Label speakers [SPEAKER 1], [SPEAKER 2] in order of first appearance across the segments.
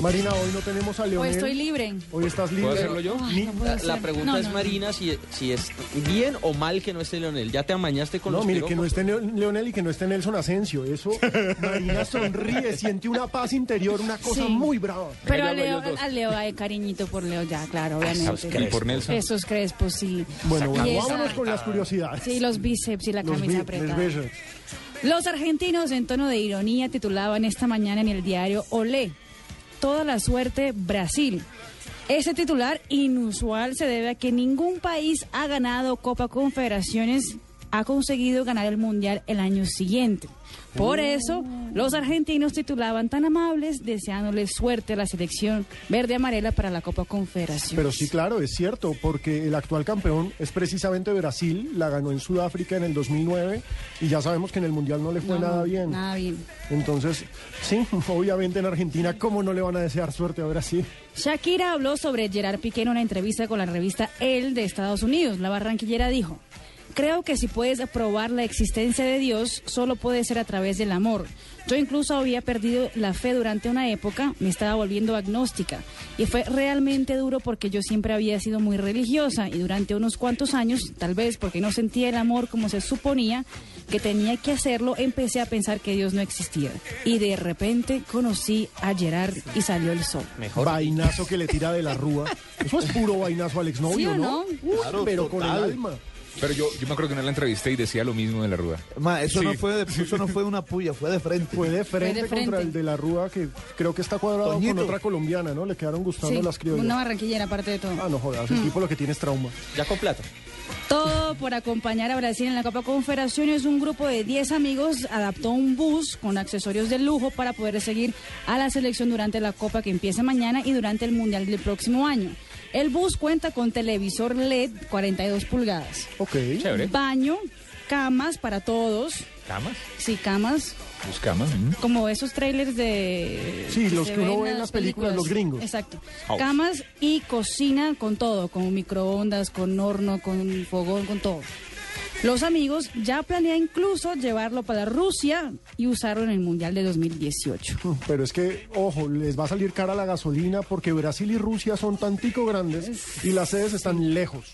[SPEAKER 1] Marina, hoy no tenemos a Leonel.
[SPEAKER 2] Pues estoy libre.
[SPEAKER 1] Hoy estás libre.
[SPEAKER 3] ¿Puedo hacerlo yo?
[SPEAKER 2] Ay, no puedo
[SPEAKER 3] La
[SPEAKER 2] hacer.
[SPEAKER 3] pregunta
[SPEAKER 2] No,
[SPEAKER 3] es,
[SPEAKER 2] no, no.
[SPEAKER 3] Marina, si, si es bien o mal que no esté Leonel. Ya te amañaste con
[SPEAKER 1] No,
[SPEAKER 3] los
[SPEAKER 1] mire, que no
[SPEAKER 3] piropos.
[SPEAKER 1] esté Neo- Leonel y que no esté Nelson Asensio. Eso, Marina sonríe, siente una paz interior, una cosa
[SPEAKER 2] Sí.
[SPEAKER 1] muy brava.
[SPEAKER 2] Pero a
[SPEAKER 3] Ella
[SPEAKER 2] Leo,
[SPEAKER 3] habla ellos dos. Ah,
[SPEAKER 2] a Leo hay cariñito por Leo ya, claro, obviamente.
[SPEAKER 4] Y por Nelson.
[SPEAKER 2] Esos crespos, sí.
[SPEAKER 1] Bueno, bueno,
[SPEAKER 2] Y esa-
[SPEAKER 1] vámonos con las curiosidades.
[SPEAKER 2] Sí, los bíceps y la
[SPEAKER 1] Los
[SPEAKER 2] camisa
[SPEAKER 1] bi-
[SPEAKER 2] apretada.
[SPEAKER 1] los besos.
[SPEAKER 2] Los argentinos, en tono de ironía, titulaban esta mañana en el diario Olé, Toda la suerte Brasil. Ese titular inusual se debe a que ningún país ha ganado Copa Confederaciones, ha conseguido ganar el Mundial el año siguiente. Por eso, los argentinos titulaban tan amables, deseándole suerte a la selección verde-amarela para la Copa Confederaciones.
[SPEAKER 1] Pero sí, claro, es cierto, porque el actual campeón es precisamente Brasil, la ganó en Sudáfrica en el 2009 y ya sabemos que en el Mundial no le fue
[SPEAKER 2] No,
[SPEAKER 1] nada bien.
[SPEAKER 2] Nada bien.
[SPEAKER 1] Entonces, sí, obviamente en Argentina, ¿cómo no le van a desear suerte a Brasil?
[SPEAKER 2] Shakira habló sobre Gerard Piqué en una entrevista con la revista El de Estados Unidos. La barranquillera dijo, creo que si puedes probar la existencia de Dios, solo puede ser a través del amor. Yo incluso había perdido la fe durante una época, me estaba volviendo agnóstica. Y fue realmente duro porque yo siempre había sido muy religiosa y durante unos cuantos años, tal vez porque no sentía el amor como se suponía que tenía que hacerlo, empecé a pensar que Dios no existía. Y de repente conocí a Gerard y salió el sol.
[SPEAKER 3] Mejor.
[SPEAKER 1] Vainazo que le tira de la rúa. Eso es puro vainazo al
[SPEAKER 2] ¿Sí
[SPEAKER 1] exnovio,
[SPEAKER 2] o
[SPEAKER 1] ¿no?
[SPEAKER 2] no?
[SPEAKER 1] Uy,
[SPEAKER 3] Claro,
[SPEAKER 1] pero con el
[SPEAKER 3] total.
[SPEAKER 1] alma.
[SPEAKER 4] Pero yo, yo me acuerdo que una la entrevisté y decía lo mismo de la rueda.
[SPEAKER 5] Ma, eso,
[SPEAKER 4] Sí.
[SPEAKER 5] no fue de- eso no fue una puya, fue de frente.
[SPEAKER 1] Fue de frente, contra
[SPEAKER 2] frente.
[SPEAKER 1] el de la rúa, que creo que está cuadrado
[SPEAKER 5] Toñito.
[SPEAKER 1] con otra colombiana, ¿no? Le quedaron gustando
[SPEAKER 2] Sí,
[SPEAKER 1] las criollas.
[SPEAKER 2] una Mm. barranquillera aparte de todo.
[SPEAKER 1] Ah, no jodas, el tipo lo que tiene es trauma.
[SPEAKER 3] Ya con plata.
[SPEAKER 2] Todo por acompañar a Brasil en la Copa Confederaciones. Un grupo de 10 amigos adaptó un bus con accesorios de lujo para poder seguir a la selección durante la Copa que empieza mañana y durante el Mundial del próximo año. El bus cuenta con televisor LED 42 pulgadas,
[SPEAKER 1] Ok.
[SPEAKER 4] Chévere.
[SPEAKER 2] baño, camas para todos,
[SPEAKER 4] ¿Camas?
[SPEAKER 2] sí, camas,
[SPEAKER 4] Tus camas. ¿m?
[SPEAKER 2] como esos trailers de...
[SPEAKER 1] Sí, los
[SPEAKER 2] se
[SPEAKER 1] que uno
[SPEAKER 2] ven
[SPEAKER 1] ve en las películas, los gringos.
[SPEAKER 2] Exacto.
[SPEAKER 4] House.
[SPEAKER 2] Camas y cocina con todo, con microondas, con horno, con fogón, con todo. Los amigos ya planean incluso llevarlo para Rusia y usarlo en el Mundial de 2018.
[SPEAKER 1] Pero es que, ojo, les va a salir cara la gasolina porque Brasil y Rusia son tantico grandes y las sedes están lejos.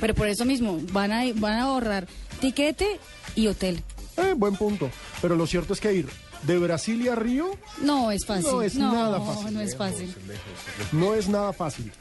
[SPEAKER 2] Pero por eso mismo van a, van a ahorrar tiquete y hotel.
[SPEAKER 1] Eh, buen punto. Pero lo cierto es que ir de Brasil y a Río
[SPEAKER 2] No es fácil.
[SPEAKER 1] No es nada fácil.
[SPEAKER 2] No es fácil.
[SPEAKER 1] no es nada fácil.